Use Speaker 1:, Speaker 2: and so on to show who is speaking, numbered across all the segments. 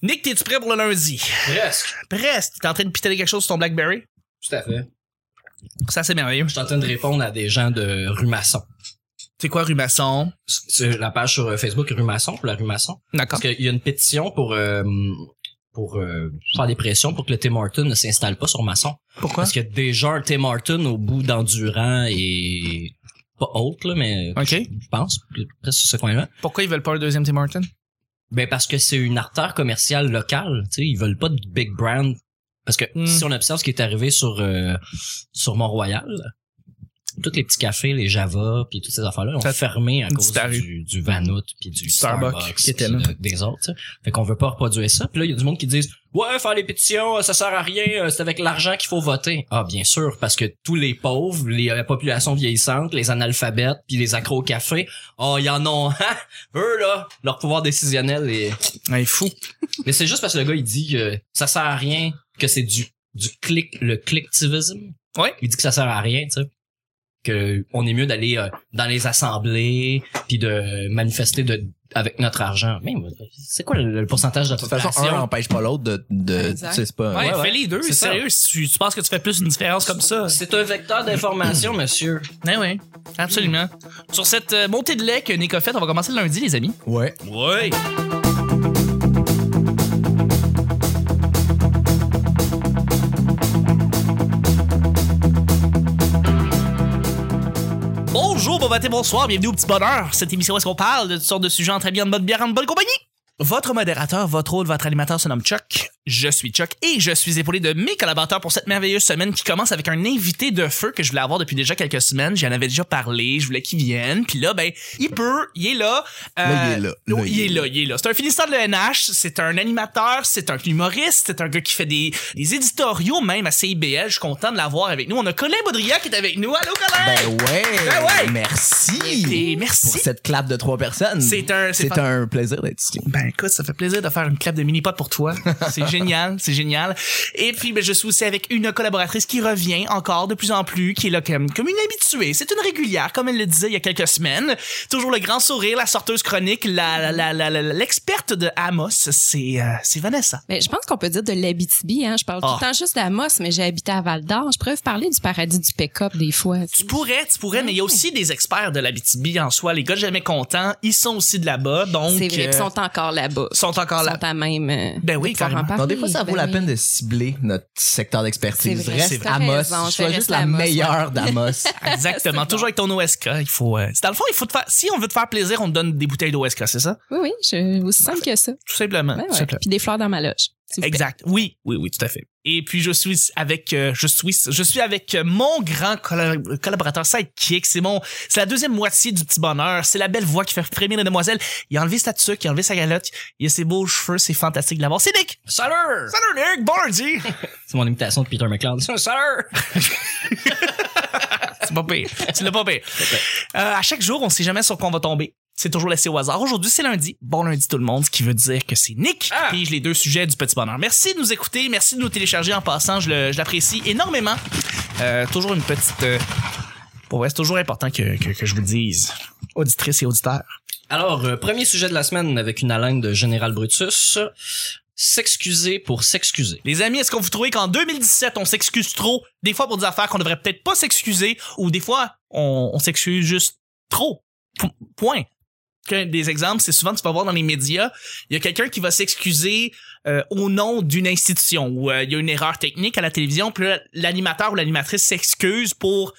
Speaker 1: Nick, t'es-tu prêt pour le lundi?
Speaker 2: Presque.
Speaker 1: Presque. T'es en train de piteler quelque chose sur ton Blackberry?
Speaker 2: Tout à fait.
Speaker 1: Ça, c'est merveilleux.
Speaker 2: Je suis en train de répondre à des gens de Rumasson.
Speaker 1: C'est quoi, Rumasson?
Speaker 2: C'est la page sur euh, Facebook Rumasson, pour la Rumasson.
Speaker 1: D'accord.
Speaker 2: Parce qu'il y a une pétition pour, euh, pour euh, faire des pressions pour que le Tim Martin ne s'installe pas sur Masson.
Speaker 1: Pourquoi?
Speaker 2: Parce qu'il y a déjà un Tim Martin au bout d'endurant et pas haute, là, mais
Speaker 1: OK.
Speaker 2: je pense, plus- presque sur ce coin-là.
Speaker 1: Pourquoi ils veulent pas un deuxième Tim Martin?
Speaker 2: Ben parce que c'est une artère commerciale locale, tu sais, ils veulent pas de big brand. Parce que
Speaker 1: Mm.
Speaker 2: si on observe ce qui est arrivé sur euh, sur Mont-Royal, tous les petits cafés, les Java, puis toutes ces affaires-là ont
Speaker 1: Ça-
Speaker 2: fermé à cause
Speaker 1: Disparu.
Speaker 2: du, du Vanout puis du
Speaker 1: Starbucks
Speaker 2: Starbucks,
Speaker 1: qui était
Speaker 2: puis
Speaker 1: là.
Speaker 2: de- des autres. tu sais. Fait qu'on veut pas reproduire ça. Puis là, il y a du monde qui disent ouais, faire les pétitions, euh, ça sert à rien, euh, c'est avec l'argent qu'il faut voter. Ah bien sûr, parce que tous les pauvres, les, la population vieillissante, les analphabètes, puis les accros au café, oh ils en ont. hein? Eux là, leur pouvoir décisionnel est
Speaker 1: Ah, il est fou.
Speaker 2: mais c'est juste parce que le gars, il dit que ça sert à rien, que c'est du, du click, le clicktivisme.
Speaker 1: Ouais.
Speaker 2: Il dit que ça sert à rien, tu sais. Que on est mieux d'aller euh, dans les assemblées puis de manifester de avec notre argent. Mais euh, c'est quoi le, le pourcentage de la
Speaker 3: De toute façon,
Speaker 2: population?
Speaker 3: un n'empêche pas l'autre de. de
Speaker 4: Exact.
Speaker 3: tu sais, c'est pas.
Speaker 1: Ouais,
Speaker 2: ouais.
Speaker 1: fais les deux.
Speaker 2: C'est ça.
Speaker 1: Sérieux, si tu, tu penses que tu fais plus une différence comme ça.
Speaker 2: C'est un vecteur d'information, monsieur.
Speaker 1: Oui, Eh oui. Absolument. Sur cette euh, montée de lait que Nick a faite, on va commencer le lundi, les amis.
Speaker 3: Ouais.
Speaker 1: Oui. Bonjour, bon matin, bonsoir, bienvenue au Petit Bonheur. Cette émission où est-ce qu'on parle de toutes sortes de sujets entre amis, en bonne bière, en bonne compagnie. Votre modérateur, votre hôte, votre animateur se nomme Chuck. Je suis Chuck et je suis épaulé de mes collaborateurs pour cette merveilleuse semaine qui commence avec un invité de feu que je voulais avoir depuis déjà quelques semaines. J'en avais déjà parlé, je voulais qu'il vienne. Puis là, ben, il peut, il est là. euh,
Speaker 3: Là, il est là. Là,
Speaker 1: oui, il est là, il est là. C'est un finisseur de l'ENH, c'est un animateur, c'est un humoriste, c'est un gars qui fait des, des éditoriaux même à CIBL. Je suis content de l'avoir avec nous. On a Colin Baudrillard qui est avec nous. Allô, Colin!
Speaker 3: Ben ouais.
Speaker 1: Ben ouais.
Speaker 3: Merci.
Speaker 1: Et merci.
Speaker 3: Pour cette clap de trois personnes.
Speaker 1: C'est un- c'est
Speaker 3: C'est
Speaker 1: pas-
Speaker 3: un plaisir d'être ici.
Speaker 1: Ben écoute, ça fait plaisir de faire une clap de mini-pot pour toi. C'est génial, c'est génial. Et puis, ben, je suis aussi avec une collaboratrice qui revient encore de plus en plus, qui est là comme, comme une habituée. C'est une régulière, comme elle le disait il y a quelques semaines. Toujours le grand sourire, la sorteuse chronique, la, la, la, la- la- l'experte de Amos, c'est, euh, c'est Vanessa.
Speaker 4: Mais je pense qu'on peut dire de l'Abitibi. Hein. Je parle tout
Speaker 1: Ah.
Speaker 4: le temps juste d'Amos, mais j'ai habité à Val-d'Or. Je pourrais vous parler du paradis du pick-up des fois.
Speaker 1: Tu pourrais, tu pourrais, mais il y a aussi des experts de l'Abitibi en soi. Les gars de Jamais Contents, ils sont aussi de là-bas, donc...
Speaker 4: C'est vrai.
Speaker 1: euh,
Speaker 4: Ils sont encore là-bas. Ils
Speaker 1: sont encore là.
Speaker 4: sont à même. euh,
Speaker 1: Ben oui,
Speaker 4: de pouvoir
Speaker 1: carrément.
Speaker 4: en parler.
Speaker 3: Donc, des fois, ça vaut
Speaker 4: Ben
Speaker 3: la
Speaker 4: oui.
Speaker 3: peine de cibler notre secteur d'expertise.
Speaker 4: C'est vrai, c'est
Speaker 3: Reste
Speaker 4: vrai.
Speaker 3: Amos.
Speaker 4: Raison, je
Speaker 3: sois
Speaker 4: reste
Speaker 3: juste la
Speaker 4: Amos, ouais.
Speaker 3: meilleure d'Amos.
Speaker 1: Exactement.
Speaker 4: C'est
Speaker 1: Toujours
Speaker 4: bon.
Speaker 1: avec ton OSK, il faut. euh, c'est dans le fond, il faut te faire. Si on veut te faire plaisir, on te donne des bouteilles d'OSK, c'est ça
Speaker 4: Oui, oui, je, aussi simple que ça.
Speaker 1: Tout simplement.
Speaker 4: Ben
Speaker 1: tout
Speaker 4: ouais.
Speaker 1: simplement.
Speaker 4: Puis des fleurs dans ma loge. s'il vous plaît.
Speaker 1: Exact. Oui, oui, oui, tout à fait. Et puis je suis avec, euh, je suis, je suis avec euh, mon grand colla- collaborateur sidekick. C'est mon, c'est la deuxième moitié du petit bonheur. C'est la belle voix qui fait frémir la demoiselle. Il a enlevé sa tuque, il a enlevé sa galotte, il a ses beaux cheveux, c'est fantastique de l'avoir. C'est Nick.
Speaker 2: Salut!
Speaker 1: Salut Nick, bon lundi.
Speaker 2: C'est mon imitation de Peter McLeod. Salut!
Speaker 1: C'est pas pire. C'est le pas pire. Euh, à chaque jour, on sait jamais sur quoi on va tomber. C'est toujours laissé au hasard. Aujourd'hui, c'est lundi. Bon lundi tout le monde, ce qui veut dire que c'est Nick
Speaker 2: Ah!
Speaker 1: qui pige les deux sujets du petit bonheur. Merci de nous écouter, merci de nous télécharger en passant. Je le- je l'apprécie énormément. Euh, toujours une petite. euh, pour vrai, c'est toujours important que, que, que je vous le dise. Auditrice et auditeur.
Speaker 2: Alors, euh, premier sujet de la semaine avec une haleine de Général Brutus. S'excuser pour s'excuser.
Speaker 1: Les amis, est-ce qu'on vous trouvez qu'en 2017, on s'excuse trop, des fois pour des affaires qu'on devrait peut-être pas s'excuser, ou des fois, on, on s'excuse juste trop? P- point. Qu'un des exemples, c'est souvent, tu vas voir dans les médias, il y a quelqu'un qui va s'excuser euh, au nom d'une institution, ou euh, il y a une erreur technique à la télévision, puis là, l'animateur ou l'animatrice s'excuse pour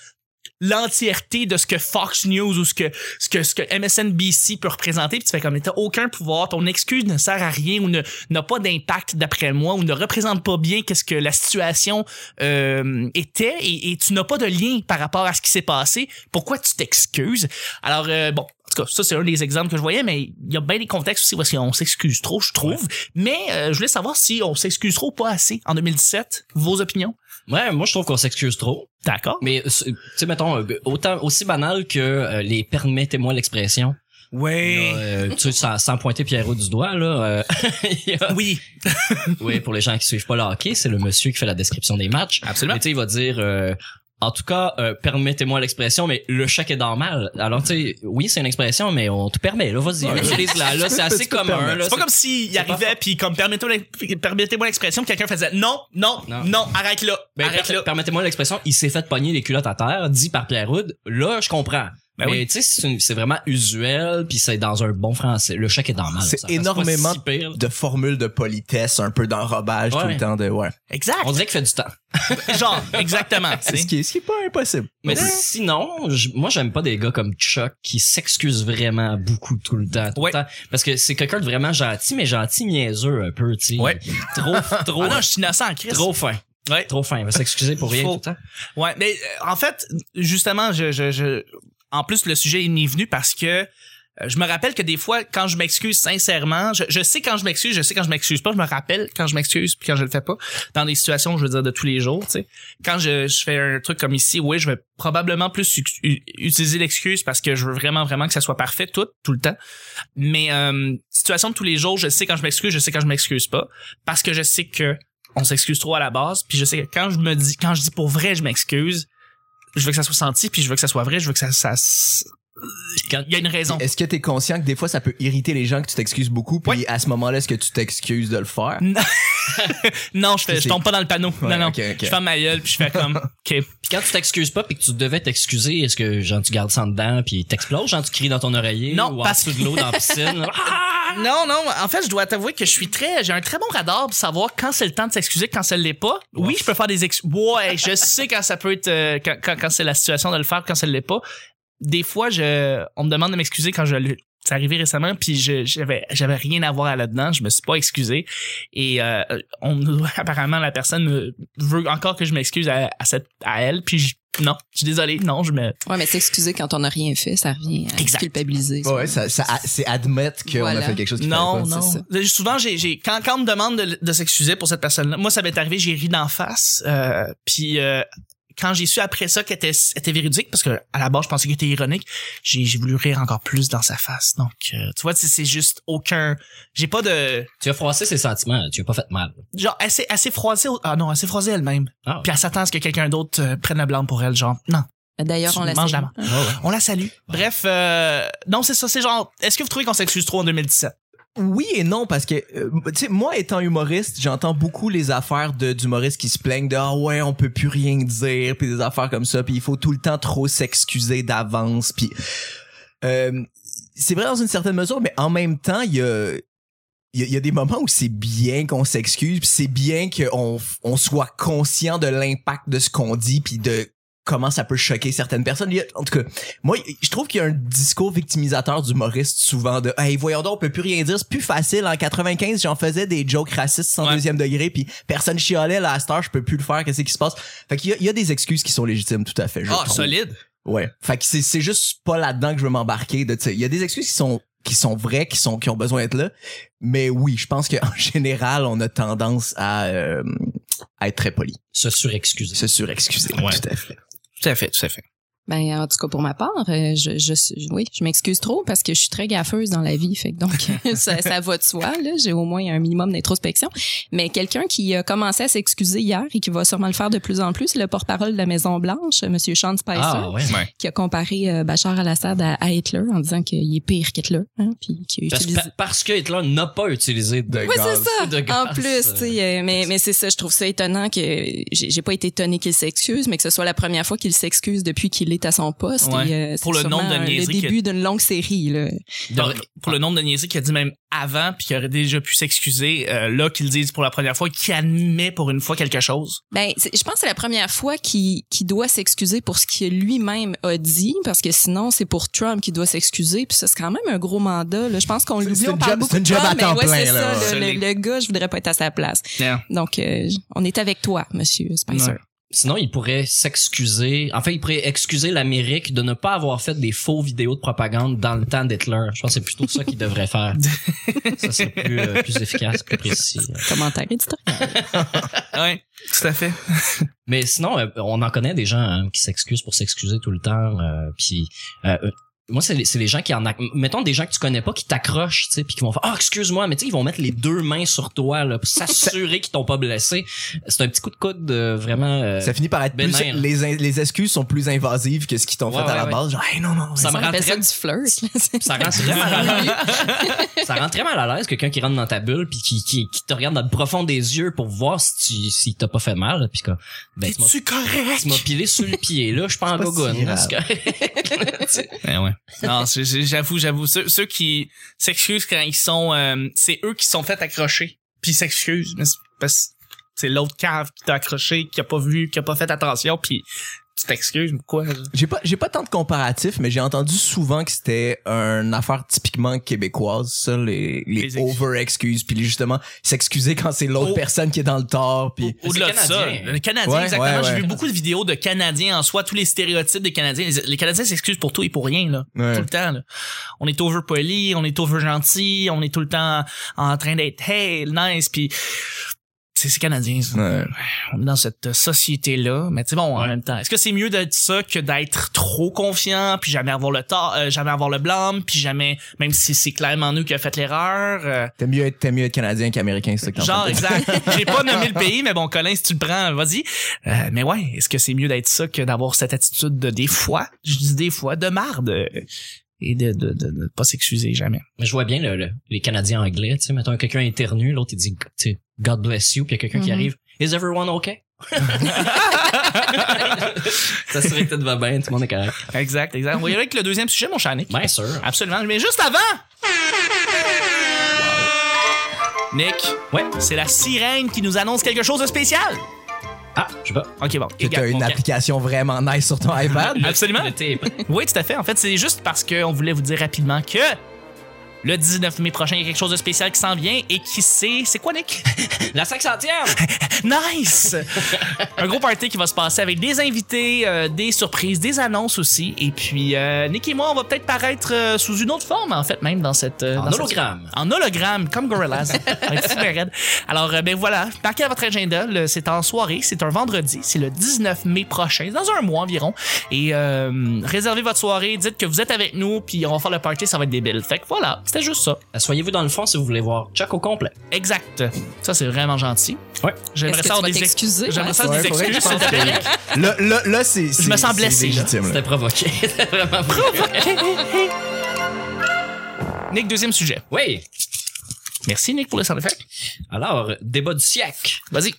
Speaker 1: l'entièreté de ce que Fox News ou ce que, ce que, ce que MSNBC peut représenter, puis tu fais comme, t'as aucun pouvoir, ton excuse ne sert à rien ou ne, n'a pas d'impact d'après moi ou ne représente pas bien qu'est-ce que la situation euh, était et, et tu n'as pas de lien par rapport à ce qui s'est passé, pourquoi tu t'excuses? Alors, euh, bon, en tout cas, ça, c'est un des exemples que je voyais, mais il y a bien des contextes aussi parce qu'on s'excuse trop, je trouve. Mais euh, je voulais savoir si on s'excuse trop ou pas assez en 2017. Vos opinions?
Speaker 2: Ouais, moi je trouve qu'on s'excuse trop.
Speaker 1: D'accord.
Speaker 2: Mais euh, tu sais, mettons, euh, autant aussi banal que euh, les permettez-moi l'expression.
Speaker 1: Oui.
Speaker 2: Euh, tu sais, sans, sans pointer Pierrot du doigt, là. euh, il y a-
Speaker 1: Oui,
Speaker 2: oui, pour les gens qui suivent pas le hockey, c'est le monsieur qui fait la description des matchs.
Speaker 1: absolument.
Speaker 2: Mais tu sais, il va dire euh, En tout cas, euh, permettez-moi l'expression, mais le chèque est dans le mal. Alors, tu sais, oui, c'est une expression, mais on te permet, là, vas-y,
Speaker 3: Ouais.
Speaker 2: utilise-la, là, c'est assez
Speaker 3: Tu peux te
Speaker 2: commun,
Speaker 3: permettre.
Speaker 2: là.
Speaker 1: C'est pas comme s'il arrivait puis comme permettez-moi l'ex- permettez-moi l'expression, quelqu'un faisait non, non,
Speaker 2: Non.
Speaker 1: non, arrête là,
Speaker 2: Ben,
Speaker 1: arrête
Speaker 2: per-
Speaker 1: là.
Speaker 2: permettez-moi l'expression, il s'est fait pogner les culottes à terre, dit par Pierre Houd. Là, je comprends.
Speaker 1: Ben
Speaker 2: mais
Speaker 1: oui.
Speaker 2: tu sais, c'est une- c'est vraiment usuel, puis c'est dans un bon français. Le chèque est dans le mal.
Speaker 3: C'est
Speaker 2: ça. pas
Speaker 3: énormément
Speaker 2: si pire.
Speaker 3: de formules de politesse, un peu d'enrobage tout
Speaker 2: Ouais.
Speaker 3: le temps de ouais.
Speaker 1: Exact.
Speaker 2: On dirait qu'il fait du temps.
Speaker 1: Genre, exactement. tu
Speaker 3: C'est ce
Speaker 1: sais.
Speaker 3: qui est, ce qui est pas impossible.
Speaker 2: Mais sinon, j- moi j'aime pas des gars comme Chuck qui s'excusent vraiment beaucoup tout le temps, tout le
Speaker 1: Ouais.
Speaker 2: temps. parce que c'est quelqu'un de vraiment gentil mais gentil niaiseux un peu, tu sais.
Speaker 1: Ouais.
Speaker 2: Trop trop
Speaker 1: Ah non, je suis innocent, Chris.
Speaker 2: trop fin.
Speaker 1: Ouais.
Speaker 2: Trop fin, il va s'excuser pour rien
Speaker 1: Faut-
Speaker 2: tout le temps.
Speaker 1: Ouais, mais euh, en fait, justement, je, je, je, en plus, le sujet m'est venu parce que euh, je me rappelle que des fois, quand je m'excuse sincèrement, je, je sais quand je m'excuse, je sais quand je m'excuse pas, je me rappelle quand je m'excuse puis quand je le fais pas, dans des situations, je veux dire, de tous les jours, tu sais. Quand je, je fais un truc comme ici, oui, je vais probablement plus u- u- utiliser l'excuse parce que je veux vraiment, vraiment que ça soit parfait tout, tout le temps. Mais euh, situation de tous les jours, je sais quand je m'excuse, je sais quand je m'excuse pas parce que je sais que on s'excuse trop à la base, puis je sais que quand je me dis quand je dis pour vrai, je m'excuse, je veux que ça soit senti, puis je veux que ça soit vrai, je veux que ça ça s-
Speaker 2: Quand-
Speaker 1: il y a une raison.
Speaker 3: Est-ce que t'es conscient que des fois ça peut irriter les gens que tu t'excuses beaucoup, puis
Speaker 1: Ouais.
Speaker 3: à ce moment-là, est-ce que tu t'excuses de le faire?
Speaker 1: Non, je fais, je
Speaker 3: C'est-
Speaker 1: tombe pas dans le panneau.
Speaker 3: Ouais,
Speaker 1: non non,
Speaker 3: ok, ok.
Speaker 1: je ferme ma gueule, puis je fais comme OK.
Speaker 2: Puis quand tu t'excuses pas puis que tu devais t'excuser, est-ce que genre tu gardes ça en dedans puis t'exploses, genre tu cries dans ton oreiller
Speaker 1: Non,
Speaker 2: ou en
Speaker 1: parce-
Speaker 2: dessous de l'eau dans la piscine.
Speaker 1: Non non, en fait, je dois t'avouer que je suis très j'ai un très bon radar pour savoir quand c'est le temps de s'excuser, quand ça l'est pas. Oui, je peux faire des ex Ouais, je sais quand ça peut être euh, quand quand, quand c'est la situation de le faire, quand ça l'est pas. Des fois, je on me demande de m'excuser quand je le c'est arrivé récemment puis je- j'avais j'avais rien à voir là dedans je me suis pas excusé et euh, on apparemment la personne me- veut encore que je m'excuse à, à cette à elle puis je, non je suis désolé non je me
Speaker 4: Ouais, mais s'excuser quand on n'a rien fait, ça revient à
Speaker 1: Exact.
Speaker 4: culpabiliser. ça.
Speaker 3: Ouais, ça, ça- c'est admettre qu'on
Speaker 4: Voilà.
Speaker 3: a fait quelque chose qui
Speaker 1: non
Speaker 3: fallait pas.
Speaker 1: non
Speaker 4: c'est ça.
Speaker 1: Je- souvent j'ai j'ai quand quand on me demande de, de s'excuser pour cette personne là moi ça m'est arrivé j'ai ri d'en face euh, puis euh, quand j'ai su après ça qu'elle était, elle était véridique, parce que à la base je pensais qu'elle était ironique, j'ai j'ai voulu rire encore plus dans sa face. Donc, euh, tu vois, c'est- c'est juste aucun. J'ai pas de
Speaker 2: tu as froissé ses sentiments, tu as pas fait mal.
Speaker 1: genre elle s'est elle s'est froissée au- ah non elle s'est froissée elle-même
Speaker 2: Ah.
Speaker 1: puis elle s'attend à ce que quelqu'un d'autre euh, prenne le blâme pour elle genre non
Speaker 4: D'ailleurs,
Speaker 1: Tu
Speaker 4: on la
Speaker 1: manges
Speaker 4: salue.
Speaker 1: la on la salue bref euh, non c'est ça c'est genre est-ce que vous trouvez qu'on s'excuse trop en 2017
Speaker 3: Oui et non parce que euh, tu sais moi étant humoriste, j'entends beaucoup les affaires de d'humoristes qui se plaignent de ah ouais, on peut plus rien dire puis des affaires comme ça puis il faut tout le temps trop s'excuser d'avance puis euh, c'est vrai dans une certaine mesure mais en même temps il y a il y, a- il y a des moments où c'est bien qu'on s'excuse, puis c'est bien qu'on f- on soit conscient de l'impact de ce qu'on dit, puis de comment ça peut choquer certaines personnes. Il y a- en tout cas, moi, je trouve qu'il y a un discours victimisateur d'humoriste souvent de Hey, voyons donc, on peut plus rien dire, c'est plus facile. En 95, j'en faisais des jokes racistes sans
Speaker 1: Ouais.
Speaker 3: deuxième degré, puis personne chialait, là, à cette heure, je peux plus le faire, qu'est-ce qui se passe? Fait qu'il y a, il y a des excuses qui sont légitimes, tout à fait. je
Speaker 1: Ah,
Speaker 3: trouve. Ouais. Fait que c'est, c'est juste pas là-dedans que je veux m'embarquer. De, tu sais, il y a des excuses qui sont qui sont vraies, qui sont qui ont besoin d'être là. Mais oui, je pense qu'en général, on a tendance à, euh, à être très poli,
Speaker 2: Se surexcuser.
Speaker 3: se surexcuser.
Speaker 1: Ouais.
Speaker 3: Tout à fait.
Speaker 1: tout à fait tout à fait
Speaker 4: Ben, en tout cas, pour ma part, euh, je, je, suis- oui, je m'excuse trop parce que je suis très gaffeuse dans la vie. Fait que donc, ça, ça va de soi. là. J'ai au moins un minimum d'introspection. Mais quelqu'un qui a commencé à s'excuser hier et qui va sûrement le faire de plus en plus, c'est le porte-parole de la Maison-Blanche, M. Sean Spicer,
Speaker 2: Ah ouais.
Speaker 4: qui a comparé euh, Bachar al-Assad à, à Hitler en disant qu'il est pire qu'Hitler. Hein, puis qu'il a
Speaker 2: Parce,
Speaker 4: utilisé...
Speaker 2: pa- parce que Hitler n'a pas utilisé de
Speaker 4: Oui,
Speaker 3: gaz.
Speaker 4: c'est ça.
Speaker 2: de
Speaker 4: En
Speaker 2: grâce,
Speaker 4: plus,
Speaker 2: euh,
Speaker 4: tu sais, euh, mais, mais c'est ça, je trouve ça étonnant que j'ai j'ai pas été étonnée qu'il s'excuse, mais que ce soit la première fois qu'il s'excuse depuis qu'il est à son poste.
Speaker 1: Ouais.
Speaker 4: Et, euh, c'est
Speaker 1: Pour le
Speaker 4: sûrement,
Speaker 1: nombre de
Speaker 4: euh,
Speaker 1: niaiseries
Speaker 4: Le
Speaker 1: qu'il y a-
Speaker 4: début d'une longue série, là.
Speaker 1: Donc, pour le nombre de niaiseries qu'il a dit même avant puis qu'il aurait déjà pu s'excuser euh, là qu'il dise pour la première fois qu'il admet pour une fois quelque chose
Speaker 4: Ben, c'est- je pense que c'est la première fois qu'il qu'il doit s'excuser pour ce qu'il lui-même a dit, parce que sinon, c'est pour Trump qu'il doit s'excuser, puis ça, c'est quand même un gros mandat, là. Je pense qu'on
Speaker 3: C'est-
Speaker 4: l'oublie,
Speaker 3: c'est
Speaker 4: on
Speaker 3: une
Speaker 4: parle
Speaker 3: job-
Speaker 4: beaucoup
Speaker 3: c'est une
Speaker 4: de
Speaker 3: job
Speaker 4: Trump,
Speaker 3: à temps
Speaker 4: mais ouais,
Speaker 3: plein,
Speaker 4: c'est
Speaker 3: là.
Speaker 4: ça, le,
Speaker 1: C'est-
Speaker 4: le- le gars, je voudrais pas être à sa place. Donc, euh, on est avec toi, monsieur Spicer.
Speaker 1: Ouais.
Speaker 2: Sinon, il pourrait s'excuser. Enfin, il pourrait excuser l'Amérique de ne pas avoir fait des faux vidéos de propagande dans le temps d'Hitler. Je pense que c'est plutôt ça qu'il devrait faire. ça serait plus, euh, plus efficace, plus précis.
Speaker 4: Commentaire éditorial.
Speaker 1: ouais tout à fait
Speaker 2: Mais sinon, euh, on en connaît des gens hein, qui s'excusent pour s'excuser tout le temps. euh, puis euh, euh, moi c'est les, c'est les gens qui en acc- mettons des gens que tu connais pas qui t'accrochent tu sais puis qui vont faire ah excuse-moi mais tu sais ils vont mettre les deux mains sur toi là pour s'assurer qu'ils t'ont pas blessé c'est un petit coup de coude euh, vraiment euh,
Speaker 3: Ça finit par être
Speaker 1: ben
Speaker 3: plus,
Speaker 2: Bénin, là.
Speaker 3: les, in- les excuses sont plus invasives que ce qu'ils t'ont
Speaker 2: Ouais,
Speaker 3: fait à
Speaker 2: ouais,
Speaker 3: la
Speaker 2: ouais.
Speaker 3: base. Genre, Hey, non, non,
Speaker 2: Ça
Speaker 3: ouais,
Speaker 2: me
Speaker 4: On appelle ça
Speaker 2: rentrait-
Speaker 4: du flirt. là.
Speaker 2: ça rend très mal à l'aise. ça rend très mal à l'aise quelqu'un qui rentre dans ta bulle puis qui, qui, qui te regarde dans le profond des yeux pour voir si tu si t'as pas fait mal là, puis que ben tu m'as-
Speaker 1: Es-tu correct?
Speaker 2: tu m'as pilé sous le pied là je suis pas en
Speaker 3: C'est pas
Speaker 2: gogoune
Speaker 3: si
Speaker 2: là, c'est
Speaker 3: grave.
Speaker 2: correct.
Speaker 1: Ben ouais. Non, c'est- c'est- j'avoue, j'avoue. Ceux, ceux qui s'excusent quand ils sont, euh, c'est eux qui sont fait accrocher. Puis ils s'excusent, mais c'est parce que c'est l'autre cave qui t'a accroché, qui a pas vu, qui a pas fait attention, puis tu t'excuses, mais quoi? là?
Speaker 3: J'ai pas, j'ai pas tant de comparatifs, mais j'ai entendu souvent que c'était une affaire typiquement québécoise, ça, les, les,
Speaker 1: Les excuses.
Speaker 3: over-excuses, puis les- justement, s'excuser quand c'est l'autre
Speaker 1: Oh.
Speaker 3: personne qui est dans le tort, puis...
Speaker 2: C'est
Speaker 1: Au-delà de ça,
Speaker 2: canadien.
Speaker 1: le Canadien,
Speaker 3: Ouais,
Speaker 1: exactement.
Speaker 3: ouais,
Speaker 1: J'ai
Speaker 3: ouais.
Speaker 1: vu beaucoup de vidéos de Canadiens en soi, tous les stéréotypes des Canadiens. Les, les Canadiens s'excusent pour tout et pour rien, là.
Speaker 3: Ouais.
Speaker 1: Tout le temps, là. On est over poli, on est over gentil, on est tout le temps en train d'être hey, nice, puis c'est c'est Canadien, ça.
Speaker 3: Ouais.
Speaker 1: on est dans cette société là mais tu sais bon en
Speaker 2: Ouais.
Speaker 1: même temps est-ce que c'est mieux d'être ça que d'être trop confiant puis jamais avoir le tort euh, jamais avoir le blâme puis jamais même si c'est clairement nous qui a fait l'erreur euh,
Speaker 3: T'aimes mieux être, t'aimes mieux être canadien qu'américain, c'est ça que t'entends.
Speaker 1: genre exact j'ai pas nommé le pays mais bon Colin si tu le prends vas-y Euh, mais ouais est-ce que c'est mieux d'être ça que d'avoir cette attitude de des fois je dis des fois de marde euh, et de de, de, de pas s'excuser jamais
Speaker 2: Mais je vois bien le, le- les Canadiens anglais, tu sais, mettons quelqu'un éternue, l'autre il dit tu sais, God bless you, puis il y a quelqu'un qui
Speaker 4: Mhm.
Speaker 2: arrive, Is everyone okay? ça serait peut-être va bien, tout le monde est correct.
Speaker 1: exact exact on va y aller avec le deuxième sujet mon cher Nick.
Speaker 2: Bien sûr.
Speaker 1: Absolument. Mais juste avant! Nick,
Speaker 2: Ouais.
Speaker 1: c'est la sirène qui nous annonce quelque chose de spécial.
Speaker 2: Ah, je sais pas.
Speaker 1: Ok, bon.
Speaker 3: Que t'as
Speaker 1: Regarde,
Speaker 3: une
Speaker 1: on- Ah,
Speaker 3: application vraiment nice sur ton iPad.
Speaker 1: Absolument.
Speaker 2: Le thé est prêt.
Speaker 1: Oui, tout à fait. En fait, c'est juste parce qu'on voulait vous dire rapidement que le 19 mai prochain, il y a quelque chose de spécial qui s'en vient et qui c'est. C'est quoi, Nick?
Speaker 2: La 500e!
Speaker 1: Nice! Un gros party qui va se passer avec des invités, euh, des surprises, des annonces aussi. Et puis, euh, Nick et moi, on va peut-être paraître euh, sous une autre forme, en fait, même dans cette. euh,
Speaker 2: En
Speaker 1: dans cette-
Speaker 2: hologramme.
Speaker 1: en hologramme, comme Gorillaz. On va être super raide. Alors, euh, ben voilà, marquez à votre agenda, le- c'est en soirée, c'est un vendredi, c'est le 19 mai prochain, dans un mois environ. Et euh, réservez votre soirée, dites que vous êtes avec nous, puis on va faire le party, ça va être débile. Fait que voilà, c'était juste ça.
Speaker 2: Soyez-vous dans le fond si vous voulez voir Chuck au complet.
Speaker 1: Exact. Ça, c'est vraiment gentil.
Speaker 2: Ouais.
Speaker 1: J'aimerais
Speaker 4: Est-ce que
Speaker 1: ça
Speaker 4: tu
Speaker 1: avoir
Speaker 4: vas
Speaker 1: des ex-
Speaker 4: t'excuser?
Speaker 1: J'aimerais
Speaker 4: ouais?
Speaker 1: ça avoir
Speaker 3: Ouais,
Speaker 1: des
Speaker 3: faudrait que
Speaker 1: excuses.
Speaker 3: je pense
Speaker 1: s'il te plaît.
Speaker 3: Là, là, là, c'est, c'est-
Speaker 1: me sens blessé,
Speaker 3: C'est
Speaker 1: là.
Speaker 3: légitime, là.
Speaker 2: C'était provoqué. C'était vraiment provoqué.
Speaker 1: Nick, deuxième sujet.
Speaker 2: Oui.
Speaker 1: Merci, Nick, pour le sound effect.
Speaker 2: Alors, débat du siècle.
Speaker 1: Vas-y.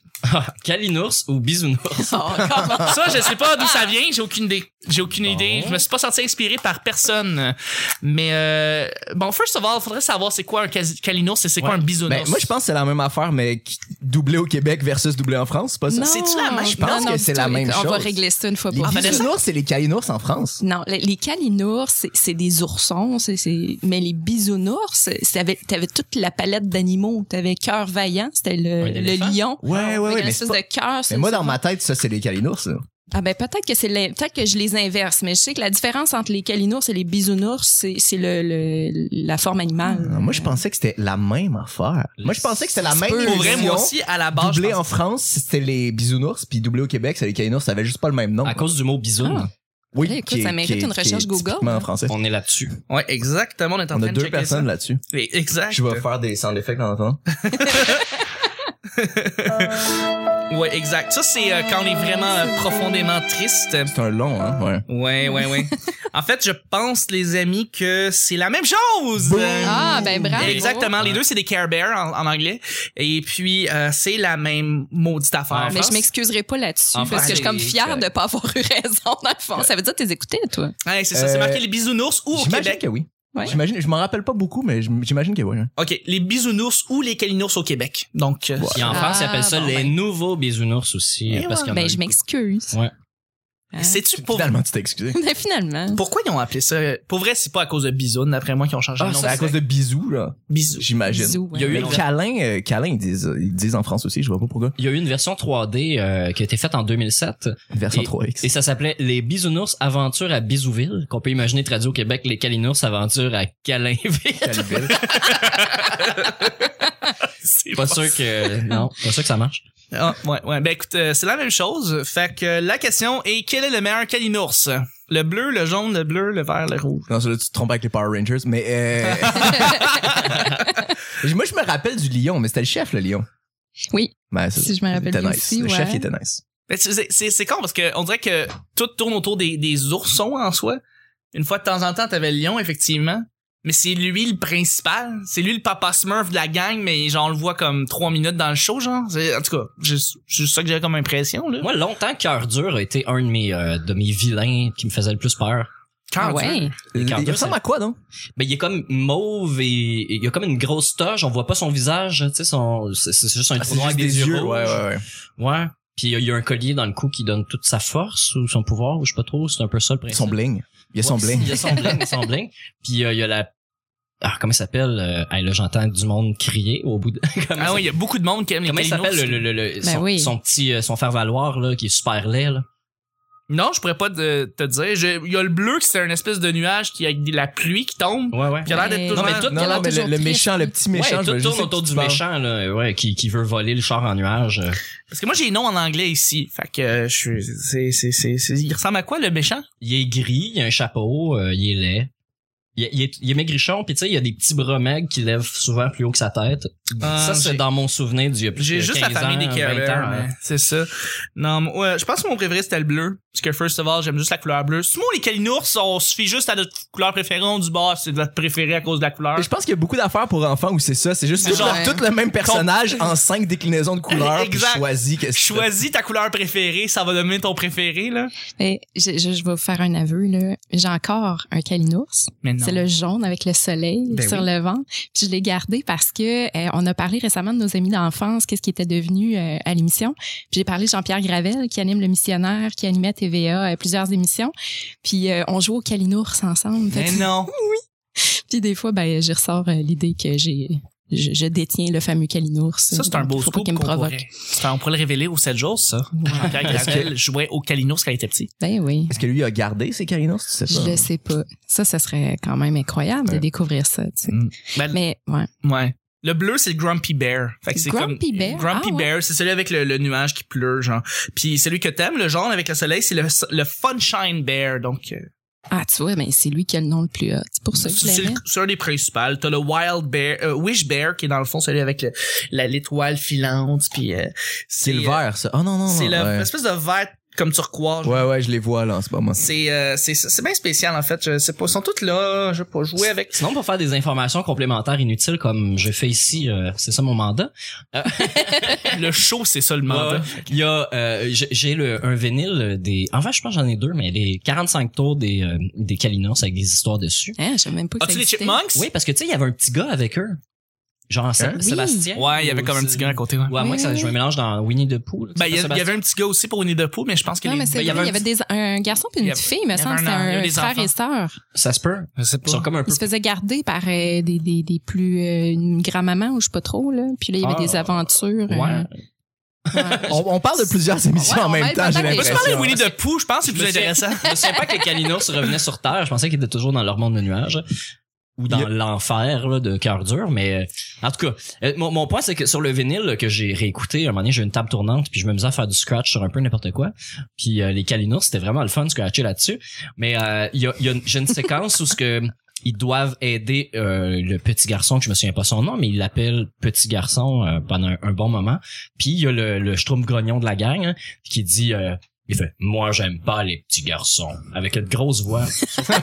Speaker 2: Calinours ou bisounours?
Speaker 4: Oh,
Speaker 1: Ah,
Speaker 4: comment?
Speaker 1: Ça, je sais pas d'où ça vient, j'ai aucune idée. J'ai aucune
Speaker 2: Bon.
Speaker 1: idée. Je me suis pas senti inspiré par personne. Mais euh, bon, first of all, faudrait savoir c'est quoi un casi- calinours et c'est quoi
Speaker 2: Ouais.
Speaker 1: un bisounours.
Speaker 3: Ben, moi, je pense que c'est la même affaire, mais qui- doublé au Québec versus doublé en France, c'est pas ça?
Speaker 4: Non,
Speaker 1: c'est-tu la même?
Speaker 3: Je pense
Speaker 4: non,
Speaker 3: que
Speaker 4: non, du
Speaker 3: c'est
Speaker 4: tout.
Speaker 3: la même
Speaker 4: On va
Speaker 3: chose.
Speaker 4: régler ça Ah, ben, une fois
Speaker 3: Les
Speaker 4: pour toutes.
Speaker 3: bisounours, c'est les caïnours en France.
Speaker 4: Non, les, les calinours, c'est- c'est des oursons, c'est c'est- mais les bisounours, c'est- c'est avec- t'avais toute la palette d'animaux. T'avais cœur vaillant, c'était le,
Speaker 2: Un
Speaker 4: le
Speaker 2: éléphant?
Speaker 4: lion.
Speaker 3: Ouais, ouais, ouais,
Speaker 4: Avec une
Speaker 3: mais c'est
Speaker 4: espèce
Speaker 3: pas-
Speaker 4: de cœur.
Speaker 3: Mais
Speaker 4: c'est-
Speaker 3: moi, dans ma tête, ça, c'est les caïnours, là.
Speaker 4: Ah ben peut-être que c'est l'in- peut-être que je les inverse, mais je sais que la différence entre les calinours et les bisounours, c'est c'est le, le- la forme animale.
Speaker 3: Ah, Moi, je pensais que c'était la même affaire. Moi, je pensais que c'était la
Speaker 4: Ça se
Speaker 3: même
Speaker 4: peut.
Speaker 1: Pour vrai, moi
Speaker 3: émission.
Speaker 1: aussi, à la base, je
Speaker 3: Doublé
Speaker 1: pense-
Speaker 3: en France, c'était les bisounours, puis doublé au Québec, c'est les caïnours, ça avait juste pas le même nom.
Speaker 2: À cause du mot bisoun,
Speaker 4: Ah.
Speaker 3: Oui,
Speaker 4: Écoute, ça mérite une
Speaker 3: qui est
Speaker 4: recherche Google,
Speaker 3: typiquement
Speaker 4: hein.
Speaker 3: en français.
Speaker 2: on est là-dessus.
Speaker 1: Ouais, exactement, on est en
Speaker 3: On
Speaker 1: train
Speaker 3: a
Speaker 1: de
Speaker 3: deux
Speaker 1: checker
Speaker 3: personnes là-dessus.
Speaker 1: ça. Et- Exact.
Speaker 3: Je vais faire des sound effects en entendant.
Speaker 1: Ouais, exact. Ça, c'est euh, quand on est vraiment euh, profondément triste.
Speaker 3: C'est un long, hein, ouais.
Speaker 1: Ouais, ouais, ouais. en fait, je pense, les amis, que c'est la même chose.
Speaker 3: Boum.
Speaker 1: Euh,
Speaker 4: Ah ben bravo.
Speaker 1: Exactement, les
Speaker 2: Ouais.
Speaker 1: deux c'est des Care Bears en, en anglais et puis euh, c'est la même maudite affaire.
Speaker 2: En
Speaker 4: Mais
Speaker 2: France?
Speaker 4: je m'excuserai pas là-dessus
Speaker 2: En
Speaker 4: parce que je suis comme
Speaker 2: France,
Speaker 4: fière
Speaker 2: c'est-
Speaker 4: de pas avoir eu raison dans le fond. Ça veut dire que t'es écouté toi.
Speaker 1: Ouais, c'est ça, c'est
Speaker 3: Euh,
Speaker 1: marqué les bisounours ou au
Speaker 3: J'imagine
Speaker 1: Québec.
Speaker 3: que oui.
Speaker 4: Ouais.
Speaker 3: J'imagine, je m'en rappelle pas beaucoup, mais j'im- j'imagine que oui. hein.
Speaker 1: OK, les bisounours ou les calinours au Québec. Donc euh,
Speaker 2: Puis en
Speaker 4: Ah,
Speaker 2: France, ils appellent ça
Speaker 4: bon,
Speaker 2: les
Speaker 4: ben.
Speaker 2: nouveaux bisounours aussi.
Speaker 1: Eh
Speaker 2: parce
Speaker 1: ouais.
Speaker 2: qu'il y en a
Speaker 4: Ben
Speaker 2: eu
Speaker 4: je
Speaker 2: beaucoup.
Speaker 4: m'excuse.
Speaker 2: Ouais.
Speaker 4: Hein?
Speaker 1: sais-tu pour
Speaker 3: Finalement, tu t'es excusé.
Speaker 4: Mais finalement.
Speaker 1: pourquoi ils ont appelé ça euh, Pour vrai, c'est pas à cause de bisounes d'après moi qui ont changé
Speaker 2: Ah,
Speaker 1: le nom.
Speaker 3: C'est à cause de bisous, là.
Speaker 1: bisous.
Speaker 3: J'imagine.
Speaker 4: Bisous, ouais.
Speaker 2: Il y a eu
Speaker 3: Mais
Speaker 2: une-
Speaker 3: câlin, euh, câlin, ils disent, ils disent en France aussi, je vois pas pourquoi.
Speaker 2: Il y a eu une version 3D euh, qui a été faite en 2007
Speaker 3: Version
Speaker 2: Et-
Speaker 3: 3X.
Speaker 2: et ça s'appelait Les Bisounours Aventures à Bisouville, qu'on peut imaginer traduit au Québec Les Calinours Aventures à Calinville.
Speaker 3: Calibelle.
Speaker 1: C'est
Speaker 2: pas sûr que non, pas sûr que ça marche.
Speaker 1: Ah, ouais, ouais. Ben écoute, euh, c'est la même chose. Fait que euh, la question est quel est le meilleur calinours Le bleu, le jaune, le bleu, le vert, le rouge.
Speaker 3: Non, celui-là, tu te trompes avec les Power Rangers, mais... euh, Moi, je me rappelle du lion, mais c'était le chef, le lion.
Speaker 4: Oui.
Speaker 3: Ben, ça,
Speaker 4: Si je me rappelle
Speaker 3: il était
Speaker 4: bien
Speaker 3: nice.
Speaker 4: aussi,
Speaker 3: Le chef,
Speaker 4: ouais.
Speaker 3: il était nice.
Speaker 1: Mais tu- c'est- C'est c'est con parce que on dirait que tout tourne autour des, des oursons en soi. Une fois de temps en temps, t'avais le lion, effectivement. Mais c'est lui le principal. C'est lui le papa Smurf de la gang, mais genre on le voit comme trois minutes dans le show, genre. C'est- En tout cas, je- c'est juste ça que j'avais comme impression, là.
Speaker 2: Moi, longtemps, Cœur dur a été un de mes, euh, de mes vilains qui me faisait le plus peur.
Speaker 1: Quand tu
Speaker 4: Ah
Speaker 1: veux.
Speaker 4: ouais.
Speaker 2: Les
Speaker 3: Il
Speaker 2: cartes,
Speaker 3: ressemble à quoi, non?
Speaker 2: Ben, il est comme mauve et et il y a comme une grosse toche. On voit pas son visage, tu sais, son, c'est c'est juste
Speaker 3: Ah,
Speaker 2: un trou noir avec des yeux.
Speaker 3: ouais,
Speaker 2: rouges.
Speaker 3: ouais, ouais.
Speaker 2: Ouais. Puis il y a- il y a un collier dans le cou qui donne toute sa force ou son pouvoir, ou je sais pas trop, c'est un peu ça le principe.
Speaker 3: Son bling. Il a son
Speaker 2: Ouais,
Speaker 3: bling.
Speaker 2: Il y a son bling, il y a son bling. Puis euh, il y a la... Ah, comment il s'appelle? Euh, hey, là, j'entends du monde crier au bout de... comment
Speaker 1: Ah
Speaker 2: ça-
Speaker 1: oui, il y a beaucoup de monde qui aime les
Speaker 2: Comment il
Speaker 1: Kalinos.
Speaker 2: s'appelle le, le, le- le-
Speaker 4: Ben
Speaker 2: son,
Speaker 4: oui.
Speaker 2: son petit euh, son faire-valoir là qui est super laid là.
Speaker 1: Non, je pourrais pas te, te dire. Je- Il y a le bleu qui c'est un espèce de nuage qui a de la pluie qui tombe.
Speaker 2: Ouais ouais.
Speaker 1: Puis il a l'air d'être
Speaker 4: Ouais.
Speaker 1: toujours.
Speaker 2: Non, mais tout-
Speaker 3: Non,
Speaker 4: Il a
Speaker 3: non, mais le,
Speaker 4: toujours
Speaker 3: le
Speaker 4: triste.
Speaker 3: méchant, le petit méchant,
Speaker 2: ouais,
Speaker 3: je
Speaker 2: tout
Speaker 3: veux juste
Speaker 2: tourne
Speaker 3: que
Speaker 2: autour
Speaker 3: tu
Speaker 2: du
Speaker 3: parles.
Speaker 2: méchant là, ouais, qui, qui veut voler le char en nuage. euh.
Speaker 1: Parce que moi j'ai les noms en anglais ici. Fait que euh, je suis. c'est- c'est- c'est- c'est- Il ressemble à quoi le méchant?
Speaker 2: Il est gris, il a un chapeau, euh, il est laid. Il, est- il est, il est maigrichon, puis tu sais, il y a des petits bras maigres qui lèvent souvent plus haut que sa tête.
Speaker 1: Ah,
Speaker 2: ça, c'est
Speaker 1: j'ai-
Speaker 2: dans mon souvenir du plus
Speaker 1: J'ai
Speaker 2: de
Speaker 1: juste
Speaker 2: 15
Speaker 1: la famille
Speaker 2: ans,
Speaker 1: des
Speaker 2: 20
Speaker 1: Care
Speaker 2: ans,
Speaker 1: Bears,
Speaker 2: hein.
Speaker 1: mais c'est ça. Non, mais ouais, je pense que mon préféré c'était le bleu. Parce que first of all, j'aime juste la couleur bleue. Souvent les calinours, on se fie juste à notre couleur préférée, on dit bah c'est notre préféré à cause de la couleur.
Speaker 3: Et Je pense qu'il y a beaucoup d'affaires pour enfants où c'est ça. C'est juste
Speaker 1: Ouais.
Speaker 3: tout, le- tout le même personnage en cinq déclinaisons de couleurs. puis
Speaker 1: Exact.
Speaker 3: choisis qu'est-ce que
Speaker 1: Choisis ta couleur préférée, ça va donner ton préféré là.
Speaker 4: Et Eh, je, je, je vais vous faire un aveu, là. J'ai encore un calinours.
Speaker 1: Mais non.
Speaker 4: C'est le jaune avec le soleil
Speaker 1: Ben
Speaker 4: sur
Speaker 1: oui.
Speaker 4: le ventre. Puis je l'ai gardé parce que euh, on a parlé récemment de nos amis d'enfance, qu'est-ce qui était devenu euh, à l'émission. Puis j'ai parlé de Jean-Pierre Gravel qui anime le missionnaire, qui animait à TVA euh, plusieurs émissions. Puis euh, on joue au Calinours ensemble. Fait
Speaker 1: Mais
Speaker 4: que-
Speaker 1: non.
Speaker 4: puis des fois ben j'y ressors euh, l'idée que j'ai je, je détiens le fameux Calinours. euh,
Speaker 1: Ça c'est un beau
Speaker 4: Faut pas
Speaker 1: scoop
Speaker 4: qu'il me
Speaker 1: qu'on
Speaker 4: provoque.
Speaker 1: pourrait- Enfin, on pourrait le révéler aux 7 jours ça. Jean-Pierre Gravel jouait au calinours quand il était petit.
Speaker 4: Ben oui.
Speaker 3: Est-ce que lui a gardé ses carinos? Tu sais pas.
Speaker 4: Je le sais pas. Ça, ça serait quand même incroyable de
Speaker 3: Ouais.
Speaker 4: découvrir ça. tu sais.
Speaker 1: Mm. Ben,
Speaker 4: Mais ouais.
Speaker 1: Ouais. Le bleu, c'est le Grumpy Bear. Fait que c'est comme
Speaker 4: Grumpy Bear?
Speaker 1: Grumpy
Speaker 4: Ah, ouais.
Speaker 1: Bear, c'est celui avec le, le nuage qui pleut, genre. Puis celui que t'aimes, le jaune avec le soleil, c'est le, le Funshine Bear. Donc, euh,
Speaker 4: Ah, tu vois, ben, c'est lui qui a le nom le plus haut. C'est pour ça
Speaker 1: c'est
Speaker 4: que je
Speaker 1: c'est le-
Speaker 4: l'aimais.
Speaker 1: c'est un des principales. T'as le Wild Bear, euh, Wish Bear, qui est dans le fond celui avec le- la- l'étoile filante. Puis euh,
Speaker 3: C'est le vert, ça. Oh non, non,
Speaker 1: euh,
Speaker 3: non.
Speaker 1: C'est le-
Speaker 3: ouais.
Speaker 1: l'espèce de vert comme turquoise.
Speaker 3: ouais, ouais, je les vois là en ce moment.
Speaker 1: C'est euh, c'est c'est bien spécial en fait. Je sais pas, ils sont toutes là. Je sais pas jouer avec.
Speaker 2: Sinon, pour faire des informations complémentaires inutiles, comme je fais ici, euh, c'est ça mon mandat.
Speaker 1: le show, c'est seulement.
Speaker 2: Ouais. Il y a, euh, j'ai- j'ai le un vinyle des, enfin, je pense que j'en ai deux, mais les 45 tours des euh, des Kalinos avec des histoires dessus.
Speaker 4: Hein, je savais même pas que
Speaker 1: As-tu
Speaker 4: ça
Speaker 1: les
Speaker 4: existait.
Speaker 1: Chipmunks?
Speaker 2: Oui, parce que tu sais, il y avait un petit gars avec eux, genre Sé-
Speaker 3: Hein?
Speaker 4: Oui.
Speaker 2: Sébastien.
Speaker 1: Ouais, il y avait comme un petit gars à côté. Ouais.
Speaker 2: Ouais, moi, que ça, je me mélange dans Winnie the Pooh. là.
Speaker 1: Ben, il y, a-
Speaker 2: C'est
Speaker 1: il y avait un petit gars aussi pour Winnie the Pooh, mais je pense que
Speaker 4: Non,
Speaker 1: les-
Speaker 4: mais c'est
Speaker 1: ben,
Speaker 4: vrai, il y avait,
Speaker 1: un
Speaker 4: des, un garçon puis
Speaker 1: il y
Speaker 4: une
Speaker 1: avait-
Speaker 4: petite fille, il me
Speaker 1: il y
Speaker 4: semble.
Speaker 1: avait
Speaker 4: C'était
Speaker 1: un- il y
Speaker 4: un,
Speaker 1: avait des
Speaker 4: frère
Speaker 1: enfants.
Speaker 4: et sœur.
Speaker 2: Ça se peut.
Speaker 1: Je sais pas.
Speaker 2: Ils sont comme un peu.
Speaker 4: Ils se faisaient garder par euh, des, des, des plus... euh, une grand-maman ou je sais pas trop, là. Puis là, il y avait
Speaker 2: Ah.
Speaker 4: des aventures. euh,
Speaker 2: Ouais.
Speaker 4: ouais.
Speaker 3: On, on parle de plusieurs émissions
Speaker 4: Ouais,
Speaker 3: en
Speaker 4: on
Speaker 3: même
Speaker 4: mêle
Speaker 3: temps,
Speaker 4: peut-être
Speaker 3: j'ai
Speaker 4: les-
Speaker 1: On peut se
Speaker 3: l'impression.
Speaker 1: parler de Winnie the Pooh, je pense que c'est plus
Speaker 2: Monsieur-
Speaker 1: intéressant.
Speaker 2: Je ne savais pas que les Kalinos revenaient sur Terre. Je pensais qu'ils étaient toujours dans leur monde de nuages ou dans l'enfer là, de cœur dur. Mais euh, en tout cas, euh, mon, mon point, c'est que sur le vinyle là, que j'ai réécouté, à un moment donné, j'ai une table tournante puis je me misais à faire du scratch sur un peu n'importe quoi. Puis euh, les Kalinos, c'était vraiment le fun de scratcher là-dessus. Mais euh, il y a, il y a une- j'ai une séquence où ce que ils doivent aider euh, le petit garçon, que je me souviens pas son nom, mais il l'appelle petit garçon euh, pendant un, un bon moment. Puis il y a le, le schtroumpf grognon de la gang hein, qui dit... euh, il fait Moi, j'aime pas les petits garçons. Avec une grosse voix.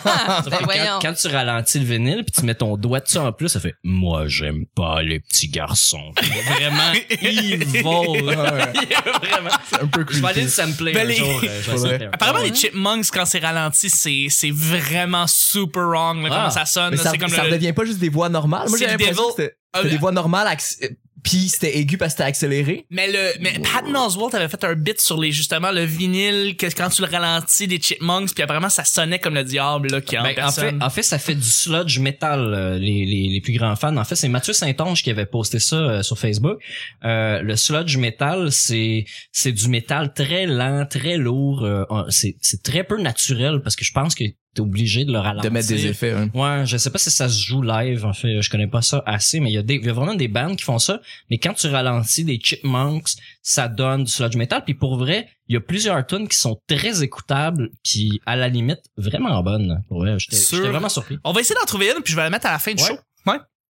Speaker 4: Ah,
Speaker 2: Ça fait
Speaker 4: ben
Speaker 2: que
Speaker 4: voyons.
Speaker 2: quand, quand tu ralentis le vinyle puis tu mets ton doigt dessus en plus, ça fait Moi, j'aime pas les petits garçons. Il est vraiment evil.
Speaker 3: Ouais, ouais.
Speaker 2: Il est vraiment.
Speaker 3: C'est un peu
Speaker 2: Je vais aller le
Speaker 3: creepy.
Speaker 2: sampler
Speaker 1: Ben,
Speaker 2: un
Speaker 1: les-
Speaker 2: jour. euh, je vais le
Speaker 3: Faudrait.
Speaker 2: sampler un-
Speaker 1: Apparemment, les
Speaker 4: Ouais.
Speaker 1: Chipmunks, quand c'est ralenti, c'est, c'est vraiment super wrong, là,
Speaker 2: Ah.
Speaker 1: comment ça sonne.
Speaker 3: Mais
Speaker 1: là,
Speaker 3: ça,
Speaker 1: c'est comme
Speaker 3: ça
Speaker 1: le-
Speaker 3: devient pas juste des voix normales. Moi,
Speaker 1: C'est
Speaker 3: j'ai
Speaker 1: le
Speaker 3: l'impression
Speaker 1: devil.
Speaker 3: que c'était
Speaker 1: Ah,
Speaker 3: c'était
Speaker 1: le-
Speaker 3: des voix normales, acc- euh, puis c'était aigu parce que c'était accéléré.
Speaker 1: Mais le, mais Patton Oswalt avait fait un bit sur les, justement, le vinyle, que quand tu le ralentis des Chipmunks, puis apparemment, ça sonnait comme le diable, là, qui est en
Speaker 2: Ben, en, fait,
Speaker 1: personne.
Speaker 2: en fait, ça fait du sludge metal, euh, les, les, les plus grands fans. En fait, c'est Mathieu Saint-Onge qui avait posté ça euh, sur Facebook. Euh, le sludge metal, c'est c'est du métal très lent, très lourd. euh, euh, c'est c'est très peu naturel parce que je pense que t'es obligé de le ralentir.
Speaker 3: de mettre des effets. hein.
Speaker 2: Ouais, je sais pas si ça se joue live, en fait. Je connais pas ça assez, mais il y a des, il y a vraiment des bands qui font ça. Mais quand tu ralentis des chipmunks, ça donne du sludge metal. Puis pour vrai, il y a plusieurs tunes qui sont très écoutables, puis à la limite, vraiment bonnes. Ouais, j'étais
Speaker 1: Sûr.
Speaker 2: j'étais vraiment surpris.
Speaker 1: On va essayer d'en trouver une, puis je vais la mettre à la fin du
Speaker 2: Ouais.
Speaker 1: show.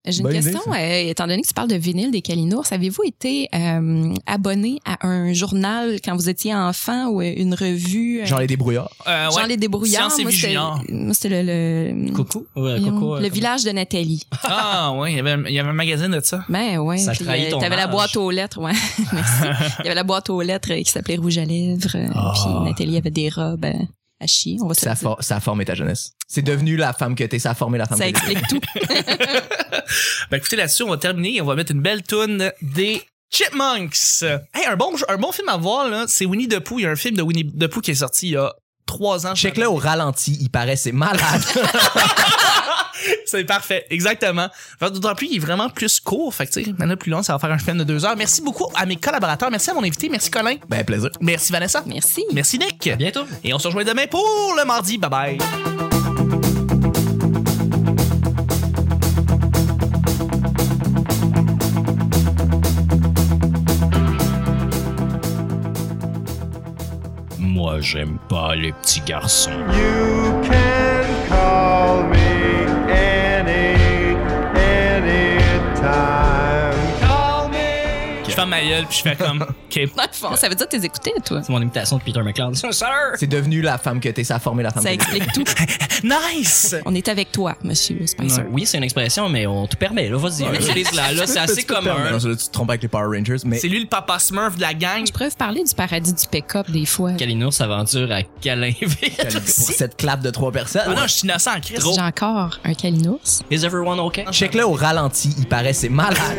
Speaker 4: J'ai une
Speaker 3: Bonne idée,
Speaker 4: question. euh, étant donné que tu parles de vinyle des Calinours, avez-vous été euh, abonné à un journal quand vous étiez enfant ou euh, une revue? euh,
Speaker 3: Genre les débrouillards.
Speaker 1: Euh,
Speaker 4: Genre
Speaker 1: ouais.
Speaker 4: les débrouillards.
Speaker 1: Science et
Speaker 4: Moi, c'était-
Speaker 1: Vigilance.
Speaker 4: Moi, c'était le, le,
Speaker 2: Coucou. Ouais, coucou. euh,
Speaker 4: le
Speaker 2: comment-
Speaker 4: village de Nathalie.
Speaker 1: Ah, ouais, il y, avait, il y avait un magazine de ça.
Speaker 4: Ben ouais.
Speaker 2: Ça
Speaker 4: puis,
Speaker 2: trahit
Speaker 4: euh,
Speaker 2: ton
Speaker 4: T'avais la
Speaker 2: âge.
Speaker 4: boîte aux lettres, ouais. Merci. Il y avait la boîte aux lettres euh, qui s'appelait Rouge à lèvres. euh,
Speaker 2: Ah.
Speaker 4: Puis Nathalie avait des robes euh, à chier. On va se
Speaker 3: Ça,
Speaker 4: le dire.
Speaker 3: for- ça a formé ta jeunesse. C'est devenu la femme que t'es. Ça a formé la femme
Speaker 4: Ça
Speaker 3: que t'es.
Speaker 4: explique tout.
Speaker 1: Ben écoutez, là-dessus, on va terminer. On va mettre une belle toune des Chipmunks. Hey, un bon, un bon film à voir, là, c'est Winnie the Pooh. Il y a un film de Winnie the Pooh qui est sorti il y a trois ans.
Speaker 3: Check-le au ralenti. Il paraît, c'est malade.
Speaker 1: C'est parfait, exactement. Fait que D'autant plus, il est vraiment plus court. Fait que, tu sais, maintenant plus long, ça va faire un film de deux heures. Merci beaucoup à mes collaborateurs. Merci à mon invité. Merci Colin.
Speaker 3: ben, plaisir.
Speaker 1: Merci Vanessa.
Speaker 4: Merci.
Speaker 1: Merci Nick.
Speaker 2: À bientôt.
Speaker 1: Et on se rejoint demain pour le mardi. Bye bye.
Speaker 2: Moi, j'aime pas les petits garçons.
Speaker 5: You can call me any, any time. Call me.
Speaker 1: Je ferme ma gueule puis je fais comme. OK.
Speaker 4: Dans le fond, ça veut dire que t'es écouté, toi.
Speaker 2: C'est mon imitation de Peter McLeod. C'est ça.
Speaker 3: C'est devenu la femme que t'es. Ça a formé la femme
Speaker 4: Ça
Speaker 3: que t'es.
Speaker 4: explique tout.
Speaker 1: Nice!
Speaker 4: On est avec toi, monsieur Spencer.
Speaker 2: Oui, c'est une expression, mais on te permet, là. Vas-y, utilise-la, là. C'est assez
Speaker 3: Tu peux te permettre.
Speaker 2: commun.
Speaker 3: Ben, Non, Tu te trompes avec les Power Rangers, mais
Speaker 1: C'est lui le papa Smurf de la gang.
Speaker 4: Je pourrais vous parler du paradis du pick-up des fois.
Speaker 2: Kalinours s'aventure à Calinville.
Speaker 3: pour cette clap de trois
Speaker 1: Ah
Speaker 3: personnes.
Speaker 1: non, je suis innocent en Christ.
Speaker 4: J'ai encore un calinours.
Speaker 2: Is everyone okay?
Speaker 3: Check-le au ralenti. Il paraît, c'est malade.